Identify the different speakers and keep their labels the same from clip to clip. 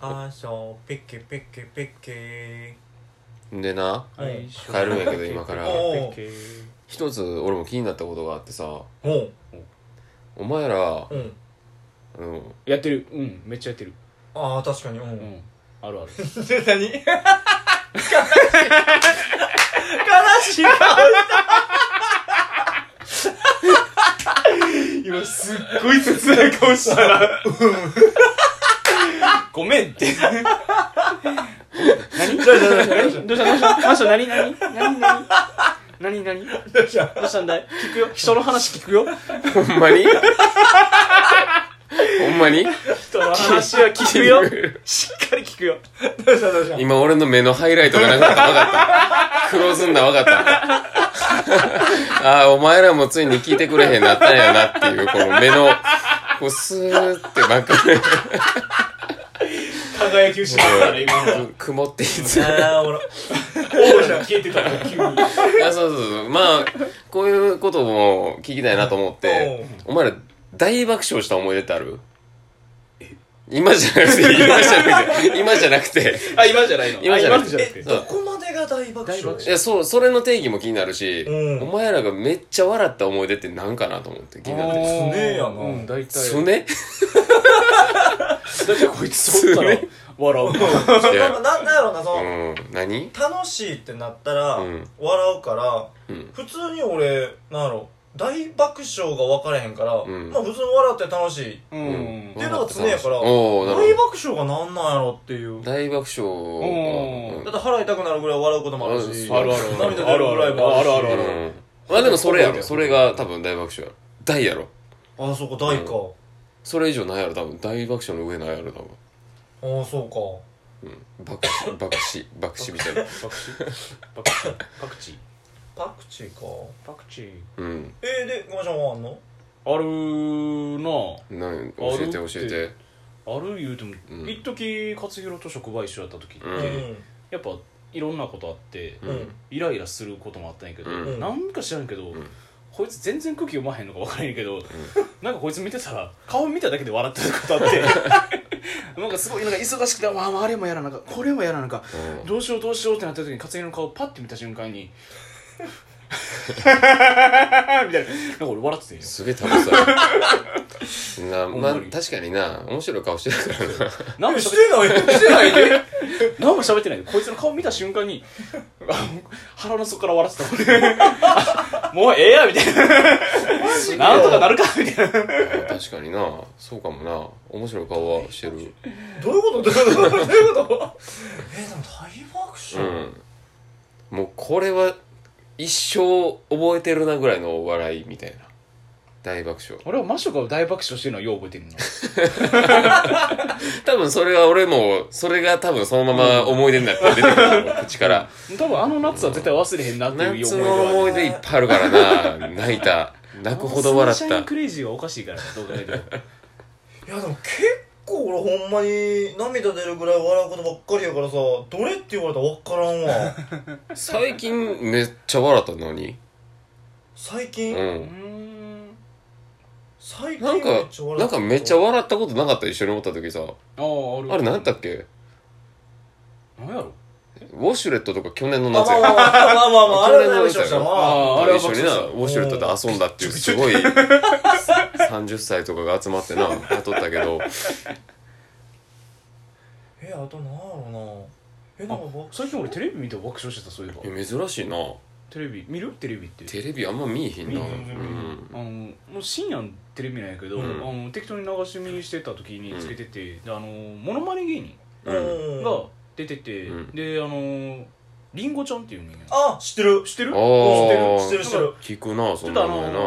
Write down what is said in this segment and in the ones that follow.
Speaker 1: あしょピッケピッケピッケ
Speaker 2: でな
Speaker 1: はい
Speaker 2: 帰るんやけど今から
Speaker 1: おう
Speaker 2: 一つ俺も気になったことがあってさ
Speaker 1: おう
Speaker 2: お前らあ
Speaker 1: うん
Speaker 2: の
Speaker 3: やってるうんめっちゃやってる
Speaker 1: ああ確かにう
Speaker 3: うんんあるある
Speaker 1: で何悲しい悲しい顔
Speaker 3: 今すっごい切ない顔したらごめんって何どうしたどうしたどうしたマッショ何何何何何何
Speaker 1: どうした
Speaker 3: どうしたんだい聞くよ人の話聞くよ
Speaker 2: ほんまに ほんまに
Speaker 3: 人の話は聞くよしっかり聞くよ
Speaker 1: どうしたどうした
Speaker 2: 今俺の目のハイライトがなかった分かった苦労すんだ分かった ああお前らもついに聞いてくれへんなったんやなっていうこの目のこうスーってばっかり
Speaker 3: 輝き失ったら今の
Speaker 2: 曇っていつ
Speaker 1: あーおもろ
Speaker 3: 王者消えてたから急に
Speaker 2: あそうそうそうまあこういうことも聞きたいなと思ってお前ら大爆笑した思い出ってある今じゃなくて 今じゃなくて今じゃなくて
Speaker 3: あ今じゃないの
Speaker 2: 今じゃなくて
Speaker 3: あじゃなく
Speaker 1: え
Speaker 3: て
Speaker 1: どこまでが大爆
Speaker 3: 大爆
Speaker 1: 笑
Speaker 3: 笑
Speaker 2: いやそうそれの定義も気になるし、
Speaker 1: うん
Speaker 2: お前らがめっちゃ笑った思い出って何かなと思って気になってる
Speaker 1: すねえやな
Speaker 3: うん大体
Speaker 2: すね
Speaker 3: だってこいつそったら笑う
Speaker 2: い
Speaker 1: なんか
Speaker 2: や
Speaker 1: なんなんやろなその、
Speaker 2: うん何
Speaker 1: 楽しいってなったら、
Speaker 2: うん
Speaker 1: 笑うから、
Speaker 2: うん
Speaker 1: 普通に俺なんやろ大爆笑が分からへんから、
Speaker 2: ん
Speaker 1: まあ普通に笑って楽しい、
Speaker 3: う
Speaker 2: うん
Speaker 1: っていうのが常やから
Speaker 2: おおな
Speaker 1: 大
Speaker 2: るほ
Speaker 1: 爆笑がなんなんやろっていう
Speaker 2: ど
Speaker 1: だ
Speaker 2: 大爆笑
Speaker 3: おー
Speaker 2: うん
Speaker 1: って腹痛くなるぐらい笑うこともあるし
Speaker 2: あ
Speaker 3: あるある
Speaker 1: 涙出るぐらいもあるし
Speaker 3: あるあるある
Speaker 2: うんまあでもそれやろそれが多分大爆笑やろ大や
Speaker 1: あ
Speaker 2: ろ
Speaker 1: そうか大か、
Speaker 2: それ以上ないやろ多分大爆笑の上ないやろ多分
Speaker 1: ああそう
Speaker 2: うん爆死 爆死爆死みたいな
Speaker 3: パクチーパクチーパクチ
Speaker 1: かパクチー
Speaker 3: ー
Speaker 1: か
Speaker 3: パクチー
Speaker 2: うん
Speaker 1: えー、でごまちゃんはあんの
Speaker 3: あるな
Speaker 2: なん教えて
Speaker 3: ある
Speaker 2: 教
Speaker 3: って
Speaker 2: えて
Speaker 3: ある言うても
Speaker 2: うん
Speaker 3: 一時勝弘と職場一緒やった時って
Speaker 2: うん
Speaker 3: やっぱいろんなことあって
Speaker 1: うんうん
Speaker 3: イライラすることもあったんやけど
Speaker 2: うん
Speaker 3: なんか知らんけど
Speaker 2: ん
Speaker 3: こいつ全然空気読まへんのか分からへんけどなんかこいつ見てたら顔見ただけで笑ってることあって なんかすごいなんか忙しくてわああれもやらなあかんこれもやらなあかん
Speaker 2: うん
Speaker 3: どうしようどうしようってなった時に勝家の顔をパッて見た瞬間にみたいななんか俺笑っててんよ
Speaker 2: すげえ楽しそうやな
Speaker 3: ほん
Speaker 2: ま
Speaker 3: ま
Speaker 2: あ
Speaker 3: に
Speaker 2: 確かにな面白い顔してるからな
Speaker 3: 何も
Speaker 1: し
Speaker 3: 喋って
Speaker 1: ないしてないで
Speaker 3: て何も喋ってないこいつの顔見た瞬間に あの腹の底から笑ってた俺あ もうええやみたいな なんとかなるかみたいな
Speaker 2: 確かになそうかもな面白い顔はしてる
Speaker 1: どういうことどう いうことどういうことえー、でも大爆
Speaker 2: う
Speaker 1: 笑、
Speaker 2: んもうこれは一生覚えてるなぐらいのお笑いみたいな大爆 笑
Speaker 3: 俺はマショが大爆笑してるのはよう覚えてるの
Speaker 2: 多分それは俺もそれが多分そのまま思い出になって出てくると思う口から
Speaker 3: 多分あの夏は絶対忘れへんなっていう
Speaker 2: 夏
Speaker 3: 思い出
Speaker 2: の
Speaker 3: は
Speaker 2: 思い出いっぱいあるからな泣いた泣くほど笑
Speaker 3: サ
Speaker 2: っ
Speaker 3: ンシャイ
Speaker 2: た
Speaker 3: ンクレイジーはおかしいからどう考えても
Speaker 1: いやでも結構俺ほんまに涙出るぐらい笑うことばっかりやからさどれって言われたら分からん わ
Speaker 2: 最近めっちゃ笑ったのに
Speaker 1: 最
Speaker 2: う
Speaker 1: 近、
Speaker 3: うんん
Speaker 1: 最近
Speaker 2: なんか
Speaker 1: 笑
Speaker 2: なんかめっちゃ
Speaker 1: 笑
Speaker 2: 笑ったことなかった一緒におった時さ
Speaker 3: ああある
Speaker 2: あれ何やったっけ
Speaker 3: 何やろ
Speaker 2: ウォシュレットとか去年の
Speaker 1: まあ
Speaker 2: 夏
Speaker 1: まあ
Speaker 2: や
Speaker 1: まあまあまあまああれは大爆笑したな
Speaker 3: あーあれは
Speaker 2: 一緒になウォシュレットで遊んだっていうす ごい30歳とかが集まってなやっとったけど
Speaker 1: えあとなんやろうなえなんか爆笑
Speaker 3: 最近俺テレビ見て爆笑してたそういえば
Speaker 2: え珍しいな
Speaker 3: テレビ見るテレビって
Speaker 2: テレビあんま見えへんな、う
Speaker 3: 見えへ
Speaker 2: ん
Speaker 3: あ、のもう深夜のテレビなんやけど、
Speaker 2: うん
Speaker 3: あの適当に流し見してた時につけてて、であのモノマネ芸人
Speaker 2: うん
Speaker 1: うん
Speaker 3: が出てて、
Speaker 2: うん
Speaker 3: であのリンゴちゃんっていう人間
Speaker 1: あ知ってる
Speaker 3: 知ってる
Speaker 2: あ
Speaker 3: 知
Speaker 2: ー
Speaker 3: っ
Speaker 1: 知ってて
Speaker 3: る
Speaker 1: る
Speaker 3: 知
Speaker 1: 知
Speaker 3: っ
Speaker 1: っててる
Speaker 2: 聞
Speaker 3: る
Speaker 2: くなそんなのや
Speaker 3: ち
Speaker 2: な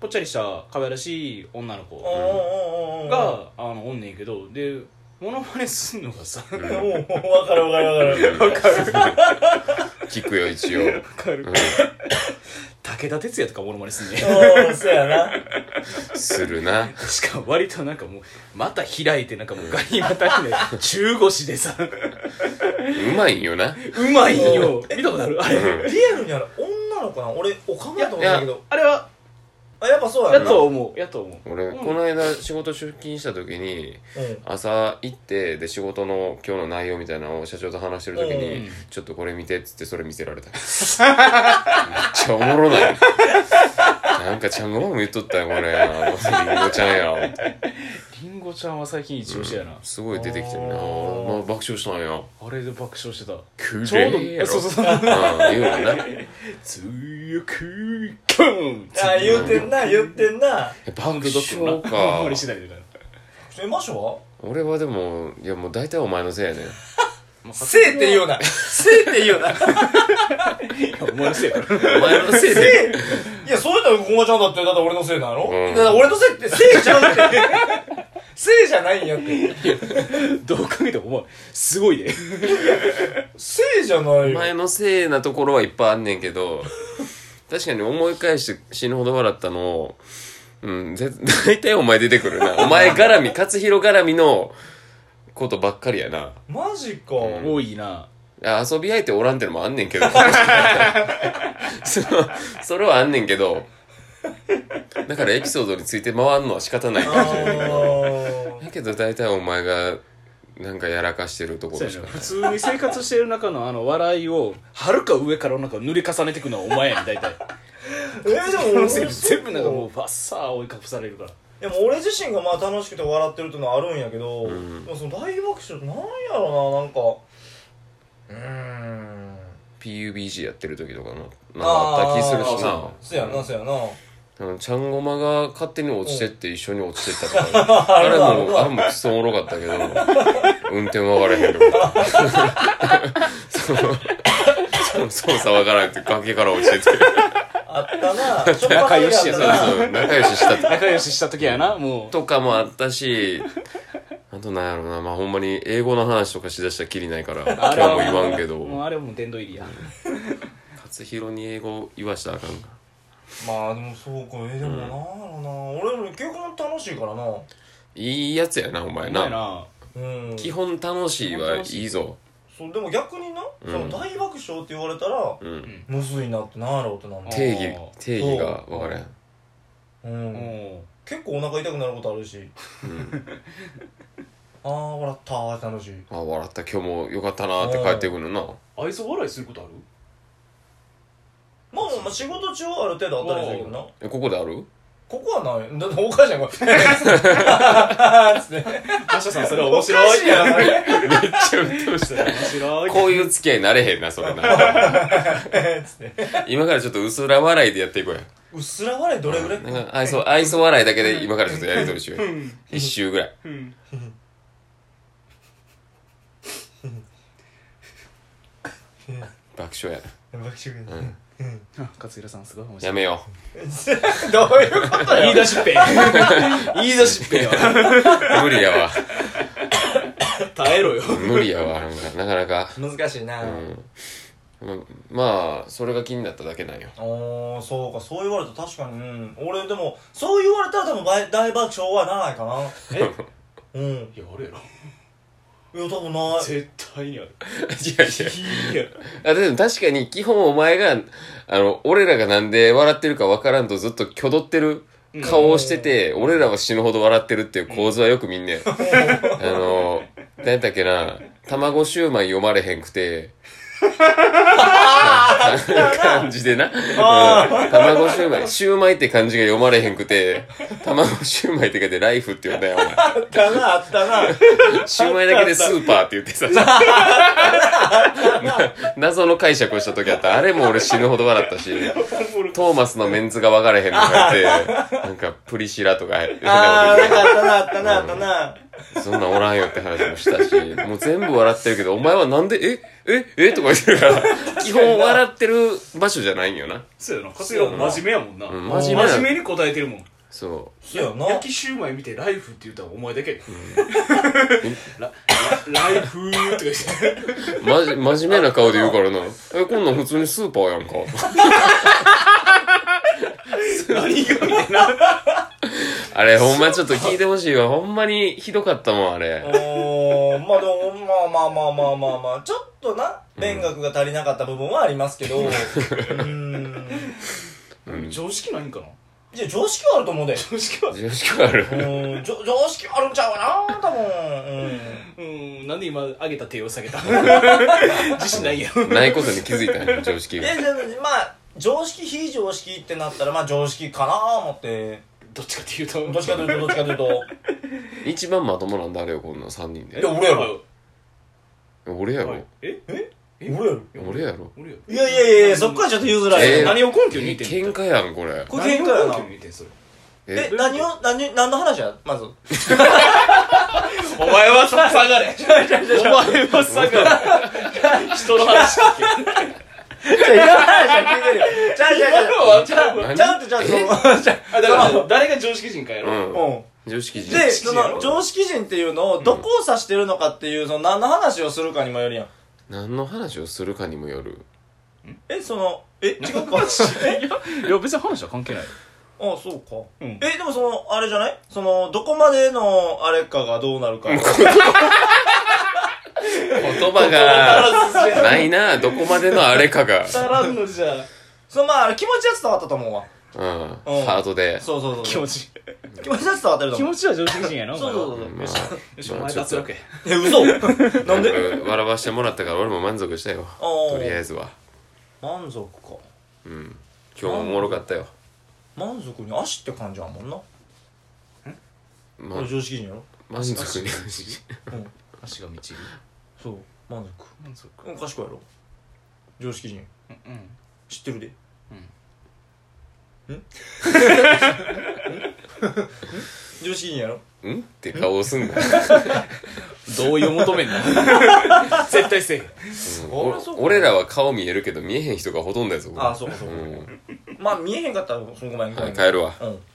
Speaker 3: ぽっちゃりした可愛らしい女の子
Speaker 1: うんうんうんうん
Speaker 3: が、あのおんねんけどでモノマネすん のがさ
Speaker 2: うん
Speaker 1: もう分かる分かる分 かる
Speaker 3: わかるわ
Speaker 2: 聞くよ一応、
Speaker 3: かる
Speaker 2: う、
Speaker 3: 武田鉄矢とかモノマネすんねん
Speaker 1: おーそうやなん
Speaker 2: するな
Speaker 3: しかも割となんかもうまた開いてなんかもうガニ股にね中腰でさ
Speaker 2: うまいんよな
Speaker 3: うまいんよ見たことあるあれ
Speaker 2: うん
Speaker 1: リアルにあれ女の子なん俺おかまやと思
Speaker 2: い
Speaker 1: った
Speaker 2: や
Speaker 1: けど
Speaker 3: あれは
Speaker 1: あやっぱそうや
Speaker 3: や
Speaker 1: な
Speaker 3: と思うやと思う
Speaker 2: 俺、
Speaker 3: うん
Speaker 2: この間仕事出勤した時に
Speaker 1: うん
Speaker 2: 朝行ってで仕事の今日の内容みたいなのを社長と話してる時に、
Speaker 3: うん
Speaker 2: ちょっとこれ見てっつってそれ見せられためっちゃおもろないなんかちゃんごまも言っとったよこれりんごちゃんや思って
Speaker 3: りんごちゃんは最近一押しやな、
Speaker 2: すごい出てきてるな
Speaker 1: あー
Speaker 2: まあ、爆笑したんや
Speaker 3: あれで爆笑してた
Speaker 2: ク
Speaker 3: ちょうど
Speaker 2: レやろ
Speaker 3: そうそうそう
Speaker 2: うん言うもんなえ
Speaker 3: 強くキュン
Speaker 1: あ言ってんな言ってんな
Speaker 2: 爆
Speaker 3: ンドドッグ
Speaker 2: 笑
Speaker 3: のな
Speaker 2: か
Speaker 3: 無理しないでだから
Speaker 1: え魔女は
Speaker 2: 俺はでもいやもう大体お前のせいやねん
Speaker 1: せいって言うなせいって言うな
Speaker 3: お前のせいやから
Speaker 2: お前のせいで
Speaker 1: せいいやそういうのごまちゃんだってだって俺のせいなの、
Speaker 2: うん
Speaker 1: だから俺のせいってせいちゃうってせいじゃないんやって
Speaker 3: どう考えてもお前すごいで
Speaker 1: せいじゃない
Speaker 2: 前
Speaker 1: よ
Speaker 2: のせいなところはいっぱいあんねんけど確かに思い返して死ぬほど笑ったのをうんぜ 大体お前出てくるなお前絡み勝弘絡みのことばっかりやな
Speaker 1: マジか、
Speaker 3: 多いな
Speaker 2: あ遊び相手おらんってのもあんねんけどそのそれはあんねんけどだからエピソードについて回るのは仕方ない
Speaker 1: あ
Speaker 2: 感じだけど大体お前がなんかやらかしてるとこ
Speaker 3: そ
Speaker 2: ろ
Speaker 3: うや
Speaker 2: し
Speaker 3: な
Speaker 2: か
Speaker 3: 普通に生活してる中のあの笑いをはるか上からなんか塗り重ねていくのはお前やね 大体
Speaker 1: ーえで
Speaker 3: こ
Speaker 1: も
Speaker 3: の
Speaker 1: 俺
Speaker 3: せい 全部なんかも
Speaker 1: も
Speaker 3: うバッサー追いかぶされるから
Speaker 1: でも俺自身がまあ楽しくて笑ってるっていうのはあるんやけど、
Speaker 2: ん
Speaker 1: でもその大爆笑ってなんやろななんかうーん
Speaker 2: PUBG やってる時とかのなんかあった気するし
Speaker 1: あ
Speaker 2: な
Speaker 1: ーそうやなそうやな
Speaker 2: あのちゃんごまが勝手に落ちてって一緒に落ちてったとか、あれも、あれもクソおもろかったけど、運転分からへんとか。その、その操作分からんって崖から落ちてて。
Speaker 1: あったな ちょっと
Speaker 3: 仲良しや
Speaker 2: そう
Speaker 1: な
Speaker 2: そう、仲良ししたと
Speaker 3: 仲良しした時やなもう
Speaker 2: とかもあったし、あとなんやろな、まあほんまに英語の話とかしだしたらきりないから、今
Speaker 3: あ
Speaker 2: 日
Speaker 3: れは
Speaker 2: も言わんけ
Speaker 3: もう
Speaker 2: ど、
Speaker 3: あれはもう殿堂入りや
Speaker 2: 勝弘に英語言わしたらあかんか。
Speaker 1: まあでもそうかえでもなんやろな、俺も結婚楽しいからない
Speaker 2: いやつやな、お前
Speaker 3: お前
Speaker 2: な。
Speaker 3: な
Speaker 1: うん
Speaker 2: 基本楽しいはいいぞ。
Speaker 1: そうでも逆にな、
Speaker 2: うん
Speaker 1: その大爆笑って言われたら
Speaker 2: うん。
Speaker 1: むずいなってなんやろうってなんだ、
Speaker 2: 定義
Speaker 3: あー
Speaker 2: 定義が分からへん
Speaker 1: うん
Speaker 3: も
Speaker 1: 結構お腹痛くなることあるし
Speaker 2: うん、
Speaker 1: ああ笑ったー楽しい
Speaker 2: あ笑った今日もよかったなーって帰ってくるな
Speaker 3: う愛想笑いすることある
Speaker 1: まあまあまあ仕事中はある程度あったりするけどな
Speaker 2: えここである
Speaker 1: ここはないだっておかしいやんこれつって
Speaker 3: マシャさんそれ
Speaker 1: おかしいやんそれ
Speaker 2: めっちゃうっとうし
Speaker 3: 面白い
Speaker 2: こういう付き合いになれへんなそ れな
Speaker 1: つって
Speaker 2: 今からちょっと薄ら笑いでやっていこうや
Speaker 1: うっすら笑いどれぐらい
Speaker 2: なんか愛想愛想笑いだけで今からちょっとやりとりしようや一周ぐらい
Speaker 3: うん
Speaker 2: 爆笑や
Speaker 1: 爆笑君
Speaker 2: な、うん、
Speaker 3: あ 勝浦さんすごい面白
Speaker 2: や
Speaker 3: い
Speaker 2: めよ
Speaker 1: どういうこと
Speaker 3: 言い出しっぺ言い出しっぺよ
Speaker 2: う 無理やわ
Speaker 3: 耐えろよ
Speaker 2: 無理やわなんかなかなか
Speaker 1: 難しいな、
Speaker 2: うんまあそれが気になっただけなんよ
Speaker 1: おーそうかそう言われたら確かに、うん、俺でもそう言われたら多分大大爆笑はならないかな
Speaker 3: えいや
Speaker 1: うん
Speaker 3: あるやろ
Speaker 1: いや多分ない
Speaker 3: 絶対にある
Speaker 2: 違う違う
Speaker 3: いや
Speaker 2: あでも確かに基本お前が、あの、俺らがなんで笑ってるかわからんとずっと挙動ってる顔をしてて、俺らは死ぬほど笑ってるっていう構図はよく見んねん。あの、何やったっけな、卵シューマイ読まれへんくて、感じでな。うん卵シューマイ。シューマイって漢字が読まれへんくて、卵シューマイって書いてライフって呼んだよ、お前。
Speaker 1: あったなあった な
Speaker 2: シューマイだけでスーパーって言ってさ、 謎の解釈をした時あった。あれも俺死ぬほど笑ったし、トーマスのメンズが分からへんのかって、なんかプリシラとか変
Speaker 1: あ
Speaker 2: な
Speaker 1: ー
Speaker 2: こ
Speaker 1: なんかあったなあったなあったな
Speaker 2: とそんなんおらんよって話もしたし、もう全部笑ってるけど、お前はなんで、えええとか言ってるから、基本笑ってる場所じゃないんよな。
Speaker 3: そうやな勝浦も真面目やもんな、
Speaker 2: うん
Speaker 1: 真
Speaker 3: 真
Speaker 1: 面
Speaker 3: 面
Speaker 1: 目
Speaker 3: 目
Speaker 2: や
Speaker 3: に答えてるもん
Speaker 2: そ
Speaker 1: そうやな
Speaker 3: 焼きシューマイ見て「ライフ」って言ったらお前だけ、 ララライフーとか言って
Speaker 2: う。まじ、真面目な顔で言うからな。え、こんなん普通にスーパーやんか。
Speaker 3: 何がみたいな
Speaker 2: あれ、ほんまちょっと聞いてほしいわ。ほんまにひどかったもん、あれ。
Speaker 1: おーまあでもまあまあまあまあまあまあちょっとな勉学が足りなかった部分はありますけどうーん
Speaker 3: 常識ないんかな
Speaker 1: いや常識はあると思うで
Speaker 3: 常識は
Speaker 2: 常識はある
Speaker 1: う。んじょ常識あるんちゃうかな多分うん
Speaker 3: うんなんで今上げた手を下げ た自信ないやん
Speaker 2: ないことに気づいたね、常識
Speaker 1: い
Speaker 2: が
Speaker 1: や。でもまあ常識非常識ってなったらまあ常識かなと思って
Speaker 3: どっちかっていうと
Speaker 1: どっちかというとどっちかというと
Speaker 2: 一番まともなんだ、あれよ、こんな3人
Speaker 1: い
Speaker 2: で。
Speaker 1: や俺やろ
Speaker 2: 俺や
Speaker 3: は
Speaker 2: ろ
Speaker 3: い。え
Speaker 1: 俺やろ
Speaker 2: 俺やろ。
Speaker 3: 俺やろ
Speaker 1: いやいやいやいやそっからちょっと言うづらいよ、
Speaker 2: えー
Speaker 3: 何を根拠に言ってん
Speaker 2: 喧
Speaker 3: の
Speaker 2: 嘩やん、これ。
Speaker 1: これ喧嘩やな
Speaker 3: 何を根拠に言ってんそれ
Speaker 1: え
Speaker 2: え、
Speaker 1: 何を何何の話やまず
Speaker 3: お前は下がれお前は下がれ人の話 聞け
Speaker 1: じゃあ今の話は聞いてるよじゃあじゃあじゃあ
Speaker 2: 何
Speaker 1: ちゃんとちゃんとじゃ
Speaker 3: あだから誰が常識人かや
Speaker 2: う
Speaker 3: ろ
Speaker 2: ん。
Speaker 1: うん
Speaker 2: 常識人。
Speaker 1: で、
Speaker 3: 識
Speaker 1: そ
Speaker 3: 人やろ
Speaker 1: の、常識人っていうのを、どこを指してるのかっていう、その、何の話をするかにもよるやん。
Speaker 2: 何の話をするかにもよる。
Speaker 1: え、その、え、違うか
Speaker 3: いや別に話は関係ない
Speaker 1: あ、そうか。
Speaker 3: うん
Speaker 1: え、でもその、あれじゃないその、どこまでの、あれかがどうなるか。
Speaker 2: 言葉が、ないな、どこまでのあれかが。
Speaker 3: らんのじゃ
Speaker 1: その、まああれ、気持ちは伝わったと思うわ。
Speaker 2: うん。ハードで。
Speaker 1: そうそうそう。
Speaker 3: 気持。ち
Speaker 1: 気持ちは伝わってると
Speaker 3: 気
Speaker 1: 思う。
Speaker 3: 持ちは常識人やなお
Speaker 1: そう
Speaker 3: 前
Speaker 1: そう
Speaker 3: は
Speaker 1: そうそう。
Speaker 2: まあ
Speaker 3: よしお前脱落や
Speaker 1: え、嘘なんで
Speaker 2: なんか笑わしてもらったから俺も満足したよ
Speaker 1: あー
Speaker 2: とりあえずは
Speaker 1: 満足か。
Speaker 2: うん今日もおもろかったよ
Speaker 1: 満足に足って感じやもんな。こ
Speaker 2: ま
Speaker 1: れ常識人やろ
Speaker 2: 満足に
Speaker 1: うん。
Speaker 3: 足が道ちる
Speaker 1: そう、満
Speaker 3: 満足
Speaker 1: 足。うん、賢いやろ常識人。
Speaker 3: うん
Speaker 1: 知ってるで。 うん。ん 常識人やろ
Speaker 2: うんって顔をすんだ
Speaker 3: 同意を 求めんな絶対せえへん
Speaker 1: そりゃそうか
Speaker 2: 俺らは顔見えるけど見えへん人がほとんどやぞ
Speaker 1: あ、そうかそううか。
Speaker 2: ん
Speaker 1: まあ、見えへんかったら、そのごめん。
Speaker 2: はい帰
Speaker 1: る。
Speaker 2: るわ
Speaker 1: うん。